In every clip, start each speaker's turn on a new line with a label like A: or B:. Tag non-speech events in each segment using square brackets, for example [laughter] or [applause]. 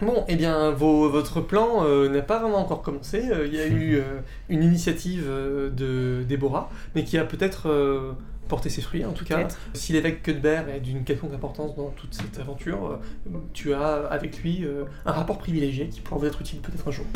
A: Bon, eh bien, vos- votre plan euh, n'a pas vraiment encore commencé. Euh, Il y a
B: [laughs]
A: eu euh, une initiative euh, de Déborah, mais qui a peut-être euh, porté ses fruits, en tout cas.
B: Peut-être.
A: Si l'évêque Cuthbert est d'une quelconque importance dans toute cette aventure, euh, tu as avec lui euh, un rapport privilégié qui pourra vous être utile peut-être un jour.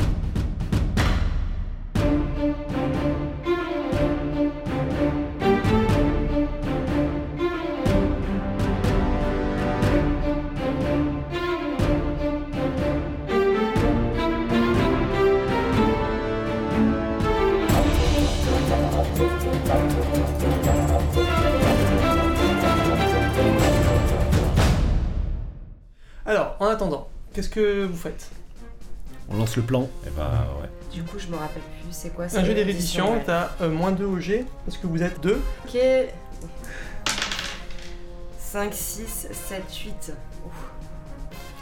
A: Alors, en attendant, qu'est-ce que vous faites
C: On lance le plan.
D: Eh
E: Et
D: ben,
E: bah ouais.
B: Du coup, je me rappelle plus, c'est quoi
A: Un
B: c'est
A: jeu d'édition,
B: l'édition, ouais.
A: t'as euh, moins 2 au G, parce que vous êtes deux.
B: Ok. 5, 6, 7, 8.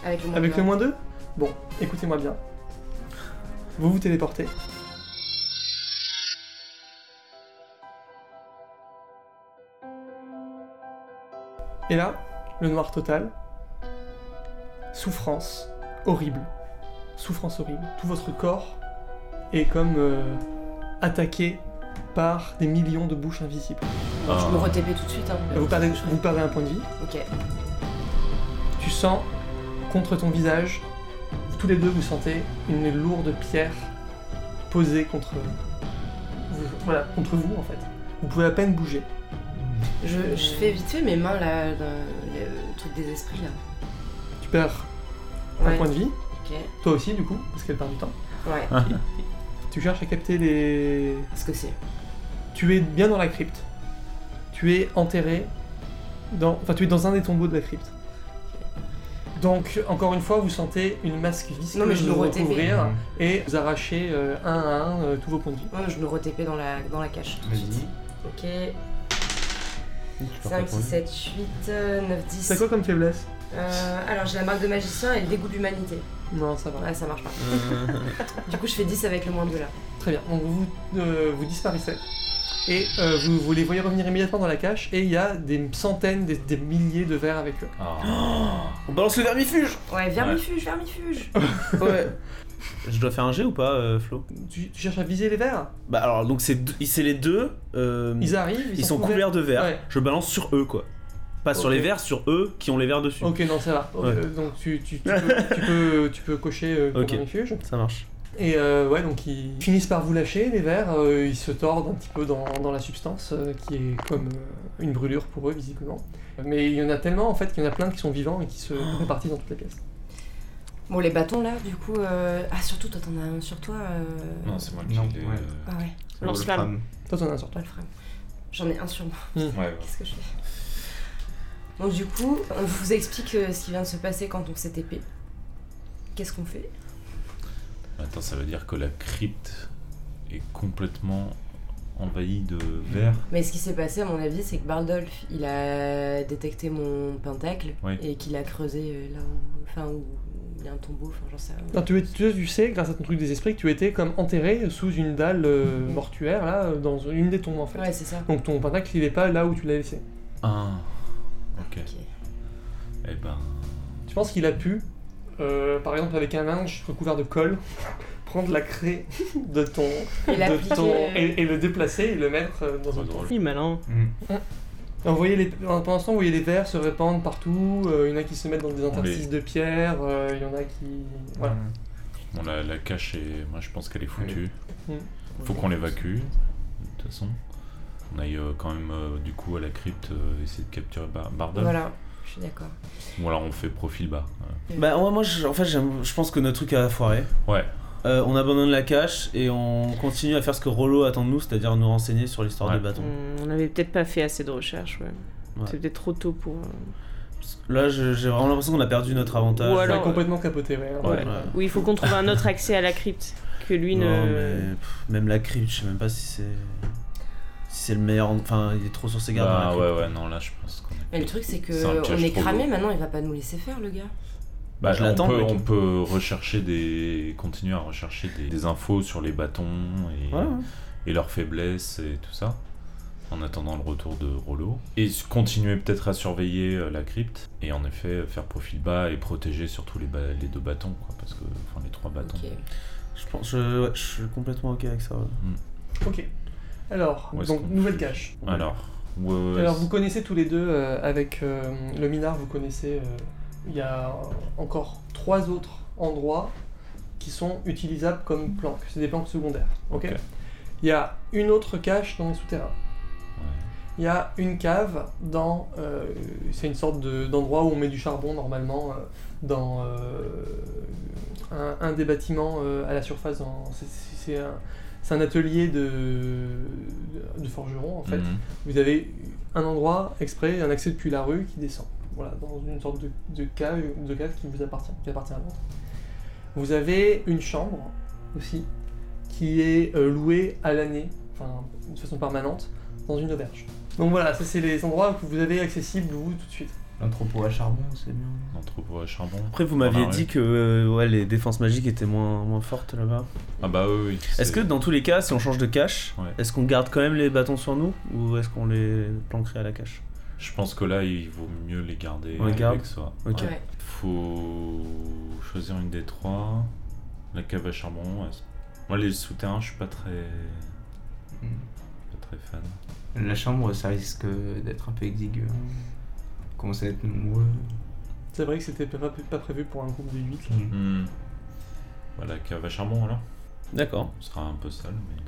B: Avec le moins.
A: Avec
B: de
A: le moins 2 Bon, écoutez-moi bien. Vous vous téléportez. Et là, le noir total. Souffrance horrible. Souffrance horrible. Tout votre corps est comme euh, attaqué par des millions de bouches invisibles.
B: Bon, Je me re-TP tout de suite. Hein.
A: Vous perdez, vous perdez un point de vie.
B: Ok.
A: Tu sens contre ton visage, tous les deux vous sentez une lourde pierre posée contre vous, voilà, contre vous en fait. Vous pouvez à peine bouger.
B: Je, je fais vite fait mes mains là, dans le truc des esprits là.
A: Tu perds un
B: Ouais.
A: point de vie,
B: Ok.
A: toi aussi du coup, parce qu'elle perd du temps.
B: Ouais.
A: Tu cherches à capter les.
B: Ce que c'est.
A: Tu es bien dans la crypte. Tu es enterré dans. Enfin, tu es dans un des tombeaux de la crypte. Donc, encore une fois, vous sentez une masque visqueuse
B: Non, mais je
A: vous
B: le re-TP.
A: recouvrir
D: Mm.
A: et vous arracher euh, un à un euh, tous vos points de vie.
B: Ouais, mais Oh, je me re-TP dans la, dans la cache. tout de suite.
E: Vas-y.
B: Ok.
E: Tu peux
B: 5,
E: pas
B: 6, 7, 8, 9, 10.
A: C'est quoi comme faiblesse
B: Euh, alors j'ai la marque de magicien et le dégoût de l'humanité.
A: Non, ça va.
B: Ouais, ça marche pas.
E: répondre.
D: [laughs]
B: Du coup, je fais 10 avec le moins 2 là.
A: Très bien. Donc vous euh, vous disparaissez et euh, vous, vous les voyez revenir immédiatement dans la cache et il y a des centaines, des, des milliers de verres avec eux.
E: Ah.
C: On balance le vermifuge
B: Ouais, vermifuge, vermifuge.
D: Ah.
A: [laughs]
C: Ouais.
D: Je dois faire un G ou pas, euh, Flo
A: Tu, tu cherches à viser les verres
D: Bah alors, donc c'est deux- c'est les deux. euh,
A: Ils arrivent.
D: ils sont couverts de verre.
A: Ouais.
D: Je balance sur eux, quoi. Pas sur
A: Ok.
D: les verres, sur eux qui ont les verres dessus.
A: Ok, non, ça va.
D: Ouais.
A: Euh, donc tu,
D: [laughs]
A: tu- tu peux, tu, peux, tu peux cocher euh, ton
D: Ok.
A: refuge.
D: Ça marche.
A: Et euh, ouais, donc ils finissent par vous lâcher, les verres. euh, ils se tordent un petit peu dans, dans la substance euh, qui est comme euh, une brûlure pour eux, visiblement. Mais il y en a tellement en fait qu'il y en a plein qui sont vivants et qui se
D: Oh.
A: répartissent dans toute la pièce.
B: Bon, les bâtons là, du coup. euh, Ah, surtout, toi, t'en as un sur toi. euh,
E: Non, c'est moi qui.
C: Non,
E: l'ai,
C: ouais.
E: euh,
B: Ah ouais,
E: le
D: Lance-flamme.
E: Wolfram.
A: Toi, t'en as un sur toi.
B: toi le frame. J'en ai un sur moi. [laughs]
E: Ouais,
B: Qu'est-ce que je fais Donc, du coup, on vous explique euh, ce qui vient de se passer quand on s'est TP. Qu'est-ce qu'on fait
E: Attends, ça veut dire que la crypte est complètement envahie de
D: Mm.
E: verre.
B: Mais ce qui s'est passé, à mon avis, c'est que Bardolph, il a détecté mon pentacle
E: Oui.
B: et qu'il a creusé euh, là où, enfin, où il y a un tombeau, enfin, j'en sais rien.
A: Non, Ah, tu, es- tu- tu sais, grâce à ton truc des esprits, que tu étais comme enterré sous une dalle euh, mortuaire, là, euh, dans une des tombes en fait.
B: Mhm. Ouais, c'est
E: [laughs]
B: ça.
A: Donc ton pentacle, il est pas là où tu l'as laissé.
E: Ah. Ok.
B: Ok.
E: Eh ben.
A: Tu penses qu'il a pu, euh, par exemple avec un linge recouvert de colle, [laughs] prendre la craie [laughs] de ton.
B: Il a
A: de
B: appliqué,
A: ton-
B: euh,
A: et, et le déplacer et le mettre euh, dans
E: Pas
A: un.
E: drôle.
D: Il est malin.
A: Et on voyait les, pendant l'instant, on voyait les vers se répandre partout, euh, il y en a qui se mettent dans des interstices de pierre, euh, il y en a qui. Voilà.
E: Bon, la, la cache est. Moi, je pense qu'elle est foutue.
A: Oui.
B: Mm.
E: Faut qu'on l'évacue. De toute façon. On aille euh, quand même, euh, du coup, à la crypte, euh, essayer de capturer Bar Bardolph.
B: Voilà, je suis d'accord.
E: Ou alors on fait profil bas.
D: Bah ouais, moi, je, en fait, j'aime- je pense que notre truc a foiré.
E: Ouais.
D: Euh, on abandonne la cache et on continue à faire ce que Rollo attend de nous, c'est-à-dire nous renseigner sur l'histoire
E: Ouais.
D: des bâtons.
A: Mm.
F: On- On avait peut-être pas fait assez de recherches, ouais.
D: Ouais.
F: C'était trop tôt pour. euh,
D: Là, je- j'ai vraiment l'impression qu'on a perdu notre avantage.
F: Ou
A: Ça a
F: alors-
A: complètement capoté, ouais.
E: euh, Ouais.
D: Ouais.
F: Oui, il faut qu'on trouve un autre accès à la crypte que lui
D: Non,
F: ne.
D: mais, pff, même la crypte, je sais même pas si c'est si c'est le meilleur. en- Enfin, il est trop sur ses gardes. dans la
E: Bah
D: crypte.
E: ouais, ouais, non, là, je pense qu'on
B: Mais le truc, c'est que
E: C'est un
B: on
E: piège
B: est
E: trop
B: cramé
E: gros.
B: maintenant, il va pas nous laisser faire, le gars.
E: Bah,
D: Je
E: on,
D: l'attends,
E: peut,
D: mec.
E: on peut rechercher des. continuer à rechercher des, des infos sur les bâtons et,
D: hein. Ouais, ouais.
E: et leurs faiblesses et tout ça. en attendant le retour de Rollo. Et s- continuer peut-être à surveiller euh, la crypte. Et en effet, euh, faire profil bas et protéger surtout les, ba- les deux bâtons, quoi. Parce que, enfin, les trois bâtons.
B: Ok.
D: Je pense, je, ouais, je suis complètement ok avec ça. ouais.
A: Ok. Alors,
E: Où est-ce
A: donc
E: qu'on-
A: nouvelle cache.
E: Alors, ouais, ouais, ouais,
A: Alors
E: c'est-
A: vous connaissez tous les deux euh, avec euh, le minard, vous connaissez. euh, Il y a euh, encore trois autres endroits qui sont utilisables comme planques. C'est des planques secondaires. Ok.
E: Ok.
A: Il y a une autre cache dans les souterrains.
E: ouais.
A: Il y a une cave dans. euh, c'est une sorte de- d'endroit où on met du charbon normalement euh, dans euh, un, un des bâtiments euh, à la surface. dans- c'est- C'est c'est un, c'est un atelier de, de forgeron en fait.
E: Mhm.
A: Vous avez un endroit exprès, un accès depuis la rue qui descend. Voilà, dans une sorte de, de cave, de cave qui vous appartient, qui appartient à l'autre. Vous avez une chambre aussi qui est euh, louée à l'année, enfin de façon permanente, dans une auberge. Donc voilà, ça c'est les endroits que vous avez accessibles vous tout de suite.
D: L'entrepôt à charbon, c'est bien.
E: L'entrepôt à charbon.
D: Après, vous
E: Ah
D: m'aviez
E: bah ouais.
D: dit que euh, ouais, les défenses magiques étaient moins, moins fortes là-bas.
E: Ah bah oui, oui.
D: Est-ce
E: c'est-
D: que dans tous les cas, si on change de cache,
E: Ouais.
D: est-ce qu'on garde quand même les bâtons sur nous ou est-ce qu'on les planquerait à la cache
E: Je pense que là, il vaut mieux les garder
D: On les garde
E: avec soi.
D: Ok.
E: Ouais. Faut choisir une des trois. La cave à charbon. ouais. Moi, les souterrains, je suis pas très. Pas très fan.
G: La chambre, ça risque d'être un peu exigu. Hein. Commence à être euh, nombreux.
A: C'est vrai que c'était pas, pas prévu pour un groupe de 8.
E: Hmm. Bah, la cave à charbon, alors.
D: D'accord.
E: On sera un peu sale, mais.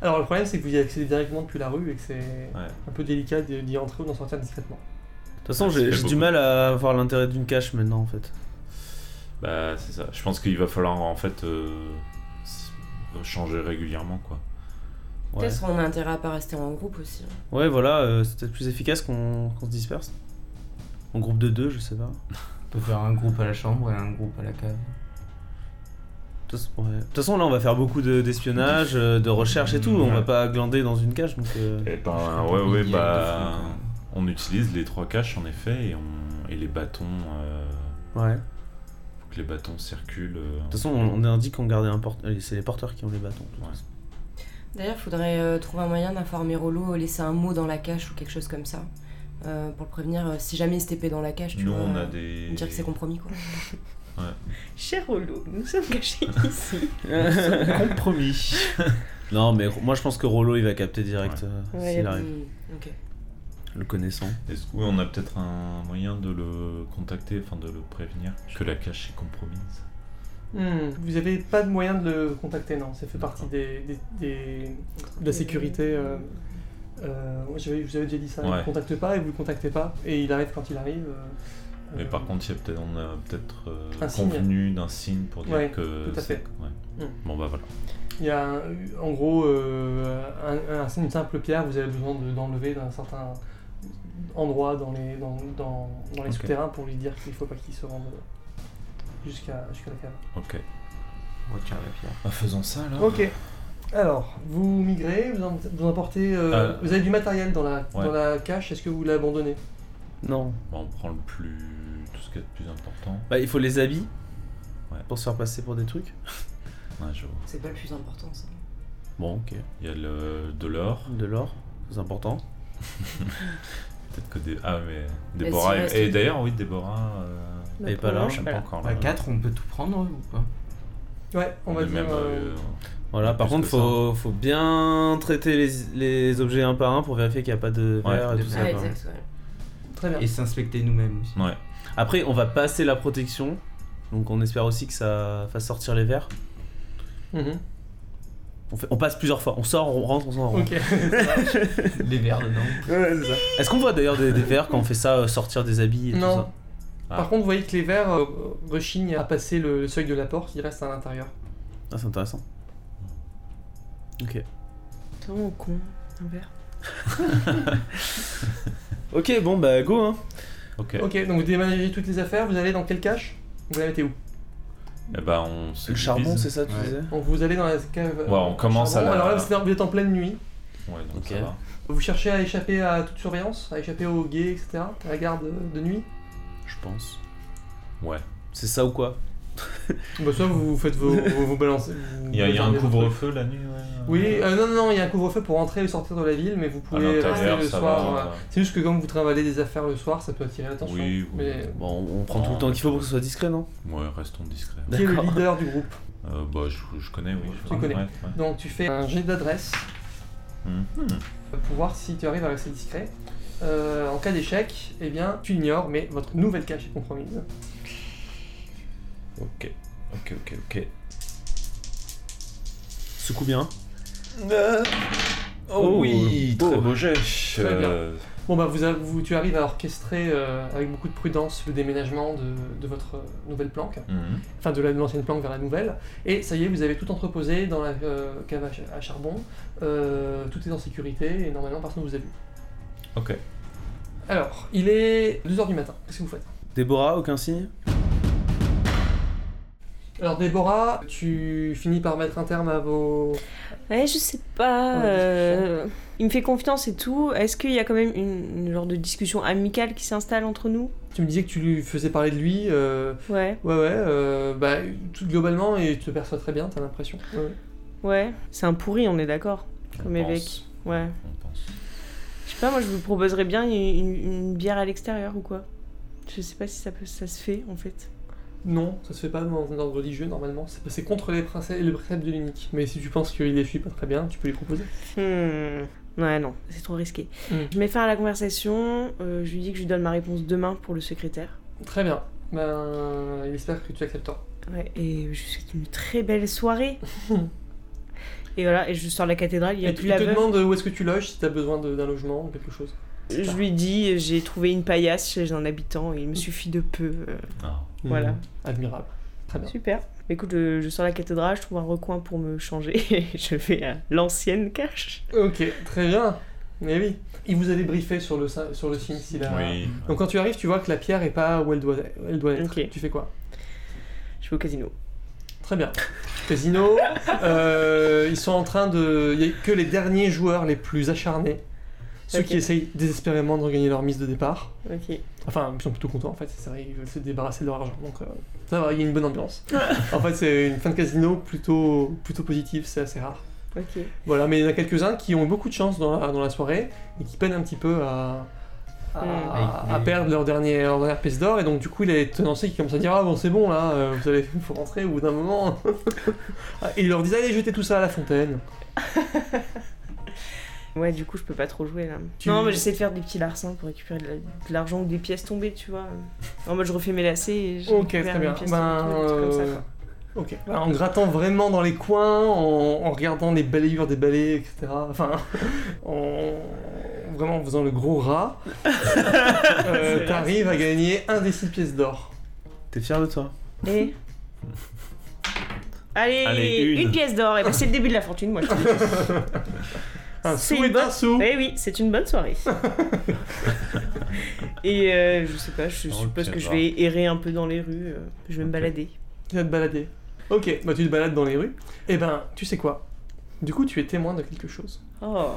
A: Alors le problème c'est que vous y accédez directement depuis la rue et que c'est
E: Ouais.
A: un peu délicat d'y d'y entrer ou d'en sortir discrètement.
D: De toute façon,
E: Ouais, ça
D: j'ai
E: fait
D: j'ai du
E: beaucoup.
D: mal à voir l'intérêt d'une cache maintenant en fait.
E: Bah, c'est ça. Je pense qu'il va falloir, en fait, euh, s- changer régulièrement, quoi.
D: Ouais,
B: Peut-être qu'on a intérêt à pas rester en groupe aussi. hein.
D: ouais voilà, euh, c'est peut-être plus efficace qu'on qu'on se disperse. En groupe de deux, je sais pas.
G: On peut faire un groupe à la chambre et un groupe à la cave.
D: De toute façon, ouais. De toute façon, là, on va faire beaucoup de- d'espionnage, euh, de recherche et tout. On
E: Ouais.
D: va pas glander dans une cage, donc. euh,
E: Eh ben, ouais, ouais,
G: Il y a
E: bah.
G: des fous,
E: On utilise les trois caches, en effet, et, on... et les bâtons. euh,
D: Ouais. De
E: Faut que les bâtons circulent. euh,
D: toute façon, on, on indique qu'on gardait un porte. euh, C'est les porteurs qui ont les bâtons. de toute
E: Ouais.
D: façon.
B: D'ailleurs, il faudrait euh, trouver un moyen d'informer Rollo, laisser un mot dans la cache ou quelque chose comme ça. euh, pour le prévenir euh, si jamais il se TP dans la cache, tu
E: Nous,
B: vois,
E: on a
B: euh,
E: des.
B: dire que c'est compromis quoi.
F: Cher Rollo, nous sommes cachés
D: [laughs]
F: ici.
D: Compromis. [laughs] non, mais moi, je pense que Rollo, il va capter direct euh,
F: Ouais,
D: s'il
F: ouais.
D: arrive.
B: Hmm, ok.
D: Le connaissant.
E: Est-ce que- oui, on a peut-être un moyen de le contacter, enfin de le prévenir que la cache est compromise
A: Hmm, Vous n'avez pas de moyen de le contacter, non. Ça fait partie des, des- des- de la sécurité. euh, euh, moi, j'avais- je vous avais déjà dit ça. Il
E: Ouais.
A: ne contacte pas et vous ne le contactez pas. Et il arrive quand il arrive. euh,
E: Mais
A: euh,
E: par contre, il y a peut-être, on a peut-être euh,
A: Un signe.
E: convenu d'un signe pour dire
A: Ouais,
E: que.
A: tout à
E: c'est-
A: fait.
E: ouais.
A: Mm.
E: Bon bah voilà.
A: Il y a un- en gros euh, un- un- une simple pierre, vous avez besoin de- d'enlever d'un certain endroit dans les, dans, dans- dans les
E: Ok.
A: souterrains pour lui dire qu'il ne faut pas qu'il se rende jusqu'à jusqu'à la cave.
E: Ok.
G: On retire la pierre.
E: En faisant ça là.
A: Ok. Alors, vous migrez, vous, em- vous emportez. euh,
E: Euh.
A: Vous avez du matériel dans la,
E: Ouais.
A: dans la cache, est-ce que vous l'abandonnez
D: Non.
E: Bah, on prend le plus. tout ce qui est le plus important.
D: Bah, il faut les habits.
E: Ouais.
D: Pour se faire passer pour des trucs.
E: Ouais, je vois.
B: C'est pas le plus important ça.
D: Bon, ok.
E: Il y a le, de l'or.
D: De l'or, c'est important.
E: Peut-être que des. Ah mais.
B: s'il
E: Déborah.
B: reste-
E: Et, et d'ailleurs, oui, Déborah. euh,
D: Et pas là,
F: Rollo,
D: je
E: elle est
F: pas là.
E: pas encore là.
G: À 4, Bah, on peut tout prendre ou pas
A: Ouais, on, va
E: est
A: dire.
E: même,
A: euh,
E: euh,
D: Voilà, par
E: Plus
D: contre,
E: que
D: faut, faut bien traiter les, les objets un par un pour vérifier qu'il n'y a pas de
E: Ouais,
D: verre et
G: de
D: tout
G: verre.
D: ça.
B: Ouais,
D: quoi.
B: exact, ouais.
A: Très bien.
G: Et s'inspecter nous-mêmes aussi.
E: Ouais.
D: Après, on va passer la protection, donc on espère aussi que ça fasse sortir les verres.
A: Mhm.
D: On, fait- on passe plusieurs fois, on sort, on rentre, on sort, on rentre.
E: [laughs]
A: Ok, [laughs] ça marche.
G: Les verres [laughs] dedans.
D: Est-ce qu'on voit d'ailleurs des, des verres quand on fait ça euh, sortir des habits et tout
A: Non.
D: ça
E: Ah.
A: Par contre, vous voyez que les verres euh, rechignent à passer le, le seuil de la porte, ils restent à l'intérieur.
D: Ah, c'est intéressant.
F: Attends, mon con, un verre.
D: Ok, bon bah go hein.
E: Ok.
A: Ok, donc vous déménagez toutes les affaires, vous allez dans quelle cache Vous la mettez où
E: Eh ben on se.
D: Le charbon,
E: divise.
D: c'est ça, tu
G: Ouais.
D: disais
A: Donc vous allez dans la cave. euh,
E: Ouais, on commence à la-
A: Alors là, vous êtes- vous êtes en pleine nuit.
E: Ouais, donc
D: Ok.
E: ça va.
A: Vous cherchez à échapper à toute surveillance, à échapper aux gays, etc. À la garde de nuit.
D: Je pense.
E: Ouais.
D: C'est ça ou quoi
A: Bah ça, vous faites vos, vos, vos balancers.
E: Il y a, il y a un couvre-feu la nuit, ouais.
A: Oui, euh, non, non, non, il y a un couvre-feu pour entrer et sortir de la ville, mais vous
E: à
A: pouvez rester
E: l'intérieur,
A: le
E: ça
A: soir.
E: va.
A: euh, C'est juste que comme vous travaillez des affaires le soir, ça peut attirer l'attention.
E: Oui, oui.
A: Mais
D: Bon, on- on prend tout le temps qu'il faut pour que ce soit discret, non
E: Ouais, restons discrets.
A: qui est le
D: D'accord.
A: leader du groupe
E: Euh, bah, je, je connais, oui. je-
A: Tu connais.
E: ouais, ouais.
A: Donc tu fais un jet d'adresse
E: Mhm.
A: pour voir si tu arrives à rester discret. Euh, en cas d'échec, eh bien, tu ignores, mais votre nouvelle cache est compromise.
D: Ok, ok, ok, ok. Secoue bien.
E: Euh. Oh, oui,
D: Oh.
E: très beau jet.
A: Très bien.
E: Euh,
A: Bon bah vous, a- vous- tu arrives à orchestrer euh, avec beaucoup de prudence le déménagement de, de votre euh, nouvelle planque,
E: mhm.
A: enfin de la- de l'ancienne planque vers la nouvelle, et ça y est vous avez tout entreposé dans la euh, cave à, ch- à charbon, Euh, tout est en sécurité et normalement personne ne vous a vu.
E: Ok.
A: Alors, il est 2h du matin, qu'est-ce que vous faites
D: Déborah, aucun signe
A: Alors Déborah, tu finis par mettre un terme à vos...
F: Ouais, je sais
A: On
F: pas.
A: va dire
F: euh, il me fait confiance et tout. Est-ce qu'il y a quand même une, une genre de discussion amicale qui s'installe entre nous
A: Tu me disais que tu lui faisais parler de lui, euh,
F: Ouais,
A: ouais ouais, euh, bah tout globalement, et tu te perçois très bien, t'as l'impression. Ouais, ouais.
F: ouais. C'est un pourri, on est d'accord.
E: On
F: Comme évêque.
E: pense,
F: Ouais.
E: On pense.
F: Je sais pas, moi je vous proposerais bien une, une- une bière à l'extérieur ou quoi. Je sais pas si ça, peut, ça se fait en fait.
A: Non, ça se fait pas dans un ordre religieux normalement. C'est c'est contre les principes, le précepte de l'unique. Mais si tu penses qu'il les suit pas très bien, tu peux les proposer.
F: Hmm. Ouais, non, c'est trop risqué.
A: Mm.
F: Je mets fin à la conversation. euh, je lui dis que je lui donne ma réponse demain pour le secrétaire.
A: Très bien. Ben, il espère que tu accepteras.
F: Ouais, et je lui souhaite une très belle [laughs] soirée. et voilà, et je sors de la cathédrale, il y a
A: Et
F: plus
A: tu- il
F: la
A: te
F: veuve.
A: demande où est-ce que tu loges, si t'as besoin de- d'un logement ou quelque chose.
F: Je lui dis, euh, j'ai trouvé une paillasse chez un habitant et il me suffit de peu. euh,
E: Ah.
F: Voilà.
A: Admirable. Très bien.
F: Super. Mais Écoute, je, je sors la cathédrale, je trouve un recoin pour me changer [laughs] et je vais à l'ancienne cache.
A: Ok, très bien. Mais oui. Il vous avait briefé sur le, sy- sur le signe s'il a-
E: Oui.
A: Donc quand tu arrives, tu vois que la pierre est pas où elle doit, elle doit être.
F: Ok.
A: Tu fais quoi
F: Je vais au casino.
A: Très bien. Casino.
F: [laughs]
A: euh, ils sont en train de. Il n'y a que les derniers joueurs les plus acharnés, ceux
F: Ok.
A: qui essayent désespérément de regagner leur mise de départ.
F: Ok.
A: Enfin, ils sont plutôt contents en fait, c'est vrai, ils veulent se débarrasser de leur argent. Donc euh, ça va, il y a une bonne ambiance. en fait, c'est une fin de casino plutôt, plutôt positive, c'est assez rare.
F: Ok.
A: Voilà, mais il y en a quelques-uns qui ont eu beaucoup de chance dans la, dans la soirée et qui peinent un petit peu à, à-
G: Mm.
A: à
G: Oui.
A: perdre leur, dernier, leur dernière pièce d'or. Et donc, du coup, il y a les tenanciers qui commencent à dire Ah bon, c'est bon là, euh, vous allez, faut rentrer au bout d'un moment. et ils leur disent Allez, jetez tout ça à la fontaine.
F: Ouais, du coup, je peux pas trop jouer là.
A: Tu-
F: Non, mais j'essaie de faire des petits larcins pour récupérer de la- de l'argent ou des pièces tombées, tu vois. En mode, je refais mes lacets et je.
A: Ok,
F: récupère
A: très
F: mes
A: bien.
F: pièces
A: Ben,
F: tombées, des trucs comme ça,
A: euh,
F: quoi.
A: ok. Ben, en grattant vraiment dans les coins, en, en regardant les balayures des balais, etc. Enfin, [laughs] en vraiment en faisant le gros
F: [laughs]
A: rat, euh, t'arrives à gagner un des six pièces d'or.
D: T'es fier de toi
A: euh, [laughs]
F: Et. Allez,
E: Allez,
F: une.
E: une.
F: pièce d'or. Et ben, c'est le début de la fortune, moi. Je te
A: [laughs]
F: le dis.
A: Un
F: C'est
A: sou et
F: une
A: d'un sou.
F: Eh oui, c'est une bonne soirée.
A: [laughs]
F: et euh, je sais pas, je
E: Oh,
F: suppose
E: le
F: que je
E: pire
F: vais errer un peu dans les rues. euh, Je vais me
E: Ok.
F: balader.
A: Tu vas te balader. Ok, bah tu te balades dans les rues. Et ben, tu sais quoi Du coup, tu es témoin de quelque chose.
F: Oh.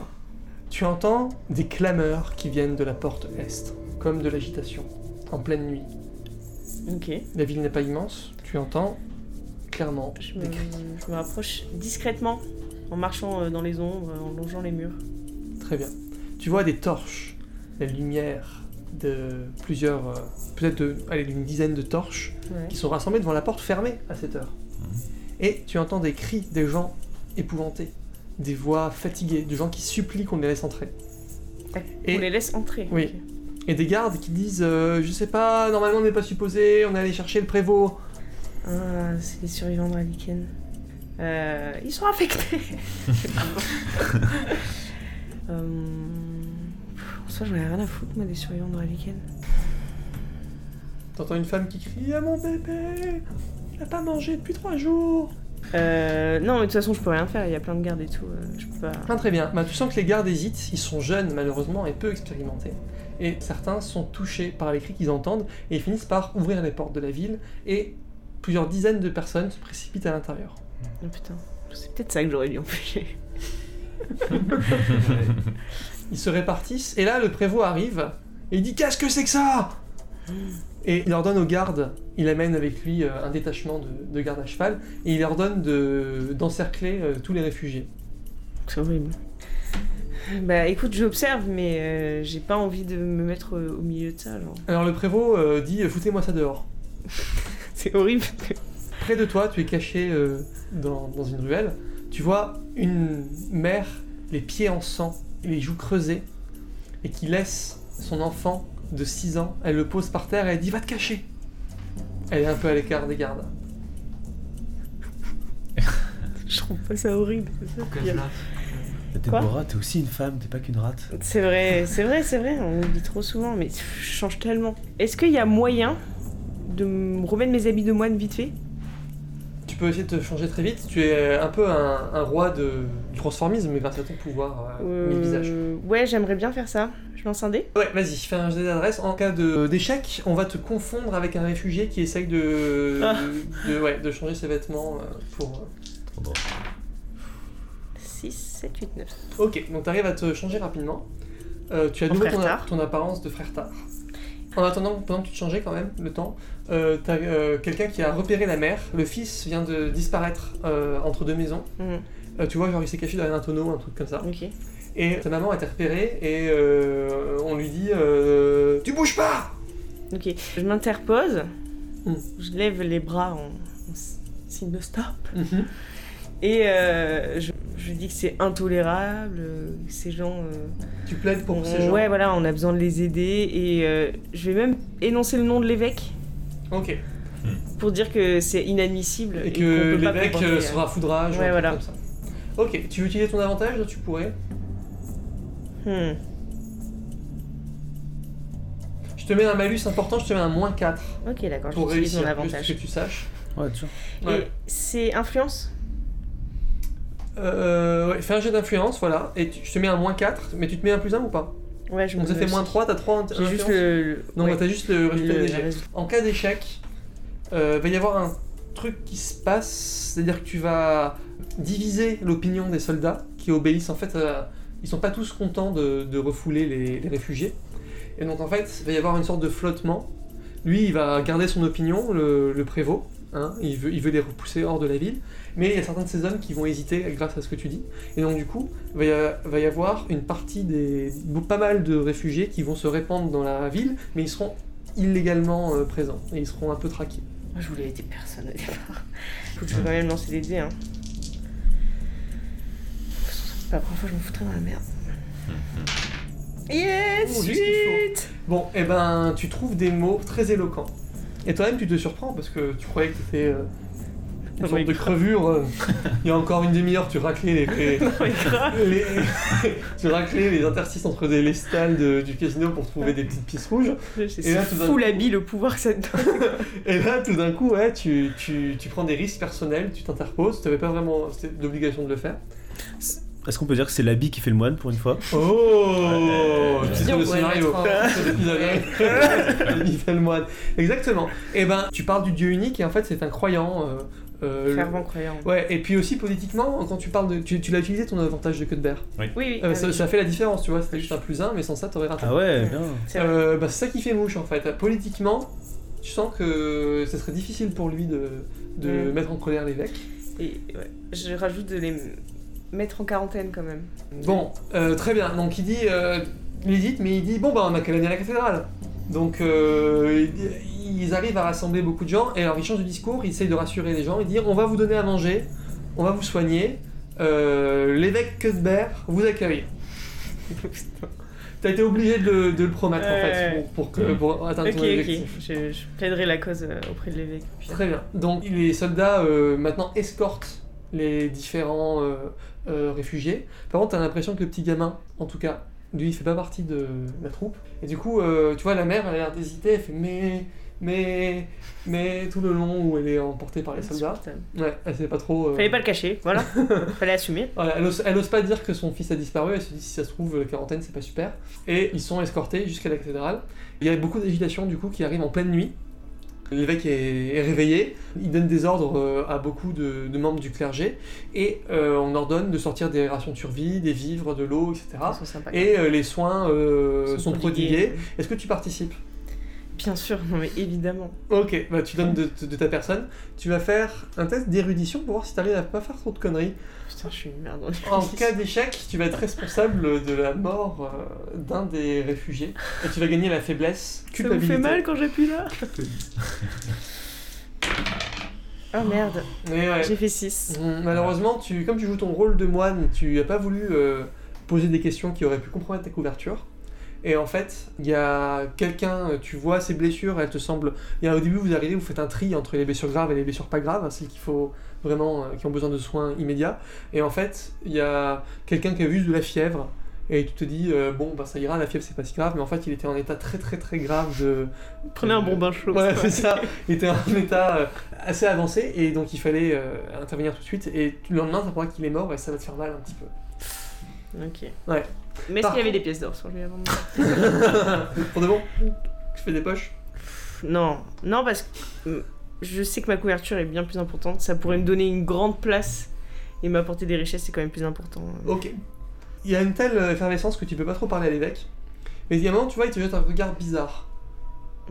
A: Tu entends des clameurs qui viennent de la porte est, comme de l'agitation, en pleine nuit.
F: Ok.
A: La ville n'est pas immense, tu entends clairement
F: Je me,
A: des cris.
F: je me rapproche discrètement en marchant euh, dans les ombres, en longeant les murs.
A: Très bien. Tu vois des torches, la lumière de plusieurs, euh, peut-être de- allez, d'une dizaine de torches
F: Ouais.
A: qui sont rassemblées devant la porte fermée à cette heure. Et tu entends des cris des gens épouvantés, des voix fatiguées, de gens qui supplient qu'on les laisse entrer. Et-
F: On les laisse entrer.
A: Oui. Et des gardes qui disent euh, Je sais pas, normalement on n'est pas supposé, on est allé chercher le prévôt.
F: ok. Ah, c'est les survivants de Radiken. Euh, ils
A: [laughs]
F: sont affectés. euh, pff, en soi, j'en ai rien à foutre, moi, des survivants de Radiken.
A: T'entends une femme qui crie Ah mon bébé Il a pas mangé depuis trois jours
F: Euh, non, mais de toute façon, je peux rien faire. Il y a plein de gardes et tout. euh, je peux pas.
A: Ah, très bien. Bah, tu sens que les gardes hésitent, ils sont jeunes malheureusement et peu expérimentés. Et certains sont touchés par les cris qu'ils entendent et ils finissent par ouvrir les portes de la ville et plusieurs dizaines de personnes se précipitent à l'intérieur.
F: Oh, putain, c'est peut-être ça que j'aurais dû empêcher. [laughs]
A: Ils se répartissent et là le prévôt arrive et il dit Qu'est-ce que c'est que ça Et il ordonne aux gardes, il amène avec lui euh, un détachement de, de gardes à cheval, et il ordonne de- d'encercler euh, tous les réfugiés.
F: C'est horrible. Bah écoute, j'observe, mais euh, j'ai pas envie de me mettre euh, au milieu de ça. genre. [laughs]
A: Alors le prévôt euh, dit Foutez-moi ça dehors.
F: C'est horrible.
A: Près de toi, tu es caché euh, dans, dans une ruelle. Tu vois une mère, les pieds en sang, les joues creusées, et qui laisse son enfant de 6 ans. Elle le pose par terre et elle dit Va te cacher Elle est un peu à l'écart des gardes.
F: Je trouve pas ça horrible. c'est ça, pire.
D: Déborah, t'es aussi une femme, t'es pas qu'une rate.
F: C'est vrai, c'est vrai, c'est vrai, on oublie trop souvent, mais pff, je change tellement. Est-ce qu'il y a moyen de me remettre mes habits de moine vite fait
A: Tu peux essayer de te changer très vite. Tu es un peu un, un roi de, du transformisme, mais grâce à ton pouvoir, euh,
F: Euh,
A: mille visages.
F: Ouais, j'aimerais bien faire ça. Je lance un dé
A: Ouais, vas-y, fais un jeu d'adresse. En cas de- d'échec, on va te confondre avec un réfugié qui essaye de,
F: Ah.
A: de, ouais, de changer ses vêtements euh, pour. euh.
E: Trop drôle.
F: 6, 7, 8, 9.
A: Ok, donc t'arrives à te changer rapidement. Euh, tu as
F: En
A: de nouveau
F: frère
A: ton, a-
F: tard.
A: ton apparence de frère tard. En attendant, pendant que tu te changeais quand même, le temps, euh, t'as euh, quelqu'un qui a repéré la mère. Le fils vient de disparaître euh, entre deux maisons. Euh, tu vois, genre il s'est caché derrière un tonneau, un truc comme ça.
F: Mmh, ok.
A: Et ta maman a été repérée et euh, on lui dit euh, Tu bouges pas
F: Ok, je m'interpose,
A: Mm.
F: je lève les bras en, en s- signe de stop,
A: Mhm.
F: et euh, je, je dis que c'est intolérable, euh, que ces gens... euh,
A: Tu plaides pour
F: on-
A: ces gens.
F: Ouais, voilà, on a besoin de les aider, et euh, je vais même énoncer le nom de l'évêque
A: Ok.
F: pour dire que c'est inadmissible.
A: Et
F: qu'on
A: que
F: peut pas
A: l'évêque
F: comporter,
A: euh,
F: euh,
A: sera foudrage ou
F: Ouais,
A: un truc
F: voilà.
A: comme ça. Ok, tu veux utiliser ton avantage là, Tu pourrais.
F: hmm.
A: Je te mets un malus important, je te mets un moins 4
F: Ok, d'accord,
A: pour
F: j'utilise
A: réussir,
F: mon
A: juste que
F: avantage.
A: tu saches.
D: Ouais, tu
A: Ouais.
F: Et c'est influence
A: Euh, ouais, fais un jet d'influence, voilà. Et tu- je te mets un moins 4, mais tu te mets un plus 1 ou pas
F: Ouais, je
A: Donc ça
F: me-
A: fait moins 3, t'as 3
F: J'ai
A: influence
F: juste le... le-
A: Non,
F: ouais,
A: bah, t'as juste le résultat
F: le-
A: des jets. En cas d'échec, euh, va y avoir un truc qui se passe, c'est-à-dire que tu vas diviser l'opinion des soldats qui obéissent. En fait, à- ils sont pas tous contents de, de refouler les, les réfugiés. Et donc, en fait, il va y avoir une sorte de flottement. Lui, il va garder son opinion, le, le prévôt. hein, il, veut, il veut les repousser hors de la ville. Mais il y a certains de ces hommes qui vont hésiter grâce à ce que tu dis. Et donc, du coup, il va y, a- va y avoir une partie des. pas mal de réfugiés qui vont se répandre dans la ville, mais ils seront illégalement euh, présents et ils seront un peu traqués.
F: Moi, Je voulais aider personne au départ. Écoute, je vais quand même lancer les dés. Hein. La première fois, je me foutrais dans la merde. Yes!
A: Oh, juste
F: huit
A: Bon, et ben, tu trouves des mots très éloquents. Et toi-même, tu te surprends parce que tu croyais que t'étais euh, une
F: Non,
A: sorte
F: mais
A: de crevure. euh, [laughs] il y a encore une demi-heure, tu raclais les, les-
F: Ouais, grave.
A: les- [laughs] tu raclais les interstices entre les, les stalles de- du casino pour trouver des petites pistes rouges. Et là,
F: C'est
A: tout d'un
F: fou
A: coup-
F: la bille, le pouvoir que ça te donne.
A: Et là, tout d'un coup, ouais, tu, tu- tu prends des risques personnels, tu t'interposes. Tu n'avais pas vraiment c'était l'obligation de le faire.
D: Est-ce qu'on peut dire que c'est l'habit qui fait le moine pour une fois
A: Oh
E: Ouais.
A: C'est sur le
B: Ouais,
A: scénario. [laughs]
B: ouais.
A: Sur l'épisode.
D: [laughs]
A: Il fait le moine. Exactement. Et ben, tu parles du dieu unique et en fait, c'est un croyant. euh, euh, le-
F: Fervent croyant.
A: Ouais, et puis aussi politiquement, quand tu parles de. Tu, tu l'as utilisé ton avantage de queue de berre.
F: Oui, ah oui.
A: Euh, ça,
F: avec-
A: ça fait la différence, tu vois, c'était juste un plus un, mais sans ça, t'aurais raté.
D: Ah ouais, bien.
F: c'est vrai.
A: Euh, bah, c'est ça qui fait mouche en fait. Politiquement, tu sens que ce serait difficile pour lui de, de
F: Mm.
A: mettre en colère l'évêque.
F: Et, ouais, Je rajoute de les mettre en quarantaine quand même.
A: Bon, euh, très bien. Donc il dit, euh, il hésite, mais il dit bon bah on a qu'à gagner la cathédrale. Donc euh, il- ils arrivent à rassembler beaucoup de gens et alors ils changent de discours, ils essayent de rassurer les gens, ils disent on va vous donner à manger, on va vous soigner, euh, l'évêque Cuthbert vous
F: [laughs]
A: accueille. T'as été obligé de le, de le promettre en fait
F: Ouais.
A: pour, pour que, pour atteindre
F: ok,
A: ton objectif.
F: ok. Je, je plaiderai la cause euh, auprès de l'évêque.
A: Très bien. Donc les soldats euh, maintenant escortent les différents euh, euh, réfugiés. Par contre, t'as l'impression que le petit gamin, en tout cas, lui, il fait pas partie de la troupe. Et du coup, euh, tu vois, la mère, elle a l'air d'hésiter, elle fait mais, mais, mais tout le long où elle est emportée par les soldats.
F: Insupportable.
A: Ouais, elle sait pas trop. euh,
F: Fallait pas le cacher,
A: [laughs]
F: voilà. Fallait assumer.
A: voilà, elle, ose, elle ose pas dire que son fils a disparu, elle se dit si ça se trouve, la quarantaine c'est pas super. Et ils sont escortés jusqu'à la cathédrale. Il y a beaucoup d'agitation du coup qui arrive en pleine nuit. L'évêque est, est réveillé, il donne des ordres euh, à beaucoup de, de membres du clergé et euh, on ordonne de sortir des rations de survie, des vivres, de l'eau, etc.
F: Ils sont sympas.
A: Et Ah. euh, les soins euh,
F: Ils
A: sont, prodigués. Est-ce que tu participes
F: Bien sûr, non mais évidemment.
A: Ok, bah tu donnes de, de- de ta personne. Tu vas faire un test d'érudition pour voir si t'arrives à pas faire trop de conneries.
F: Putain, je suis une merde. [laughs]
A: En cas d'échec, tu vas être responsable de la mort euh, d'un des réfugiés et tu vas gagner la faiblesse,
F: Ça vous
A: culpabilité.
F: fait mal quand j'appuie là Oh merde,
A: Mais ouais.
F: j'ai fait 6.
A: Mm, Malheureusement, tu, comme tu joues ton rôle de moine, tu n'as pas voulu euh, poser des questions qui auraient pu compromettre ta couverture. Et en fait, il y a quelqu'un, euh, tu vois ses blessures, elle te semble. Il y a- au début, vous arrivez, vous faites un tri entre les blessures graves et les blessures pas graves, hein, celles qu'il faut vraiment, euh, qui ont besoin de soins immédiats. Et en fait, il y a quelqu'un qui a vu de la fièvre. Et tu te dis, euh, bon, bah, ça ira, la fièvre c'est pas si grave, mais en fait il était en état très très très grave de,
F: Prenez un bon bain chaud.
A: voilà, c'est ça. Il était en un état euh, assez avancé et donc il fallait euh, intervenir tout de suite. Et le lendemain, t'apprends qu'il est mort et ça va te faire mal un petit peu.
F: Ok.
A: Ouais.
F: Mais est-ce
A: Par
F: qu'il y avait des pièces d'or sur lui avant de mourir
A: [laughs] Pour de bon Tu fais des poches
F: Pff, Non, non, parce que euh, je sais que ma couverture est bien plus importante. Ça pourrait me donner une grande place et m'apporter des richesses, c'est quand même plus important.
A: Ok. Il y a une telle effervescence que tu peux pas trop parler à l'évêque. Mais il y a un moment, tu vois, il te jette un regard bizarre.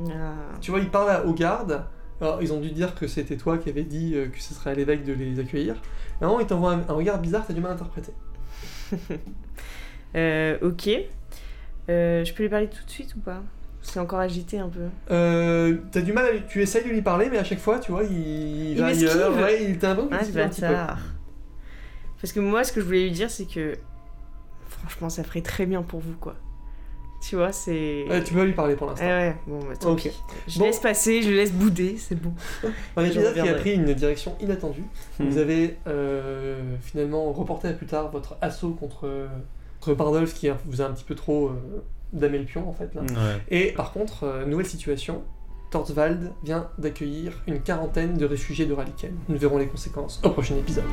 F: Ah.
A: Tu vois, il parle à- aux gardes. Alors, ils ont dû dire que c'était toi qui avais dit euh, que ce serait à l'évêque de les accueillir. Et à un moment, il t'envoie un, un regard bizarre, t'as du mal à interpréter.
F: Euh, ok. Euh, je peux lui parler tout de suite ou pas C'est encore agité un peu.
A: Euh, t'as du mal à lui- Tu essayes de lui parler, mais à chaque fois, tu vois, il,
F: Il
A: va
F: m'esquive.
A: ailleurs. Ouais, il t'a un peu
F: Ah, ce
A: esquivé un petit peu.
F: bâtard. Parce que moi, ce que je voulais lui dire, c'est que franchement, ça ferait très bien pour vous, quoi. Tu vois, c'est.
A: Ouais, Euh, tu peux lui parler pour
F: Ah
A: l'instant.
F: ouais, bon, bah, tant
A: Ok.
F: pis. Je
A: Bon.
F: laisse passer, je le laisse bouder, c'est bon.
A: Un épisode
F: Je
A: qui a
F: reviendrai.
A: pris une direction inattendue.
E: Hmm.
D: Mhm.
A: Vous avez euh, finalement reporté à plus tard votre assaut contre, contre Bardolph qui a- vous a un petit peu trop euh, damé le pion en fait. Là.
D: Ouais.
A: Et par contre, euh, nouvelle situation, Tortwald vient d'accueillir une quarantaine de réfugiés de Raliken. Nous verrons les conséquences au prochain épisode.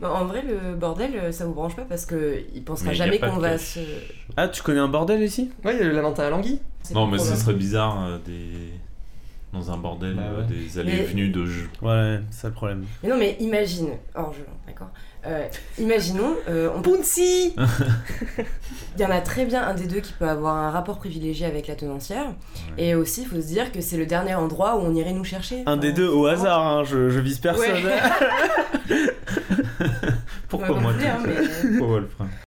B: Bah, en vrai, le bordel, euh, ça vous branche pas parce que il pensera
E: Mais y a
B: jamais
E: pas de
B: qu'on va
E: cache.
B: se. euh,
D: Ah, tu connais un bordel ici
A: Ouais, il y a le lamentin à Langui.
B: c'est
E: Non,
B: pas
E: mais ce
B: probable.
E: serait bizarre euh, des... dans un bordel
G: Bah
E: euh,
G: ouais.
E: des allées
B: Mais-
E: et venues de jeux.
D: Ouais, c'est ça le problème.
B: Mais non, mais imagine, hors jeu, d'accord Euh, Imaginons, euh, on... Pouncy Il y en a très bien un des deux qui peut avoir un rapport privilégié avec la tenancière.
E: Ouais.
B: Et aussi, il faut se dire que c'est le dernier endroit où on irait nous chercher.
D: Un
B: Enfin,
D: des deux, au
B: vraiment.
D: hasard, hein, je, je vise personne. [laughs]
B: Ouais.
E: Pourquoi
B: Ouais,
E: moi
B: non plus, hein,
E: tout
B: mais-
E: Pourquoi Wolfram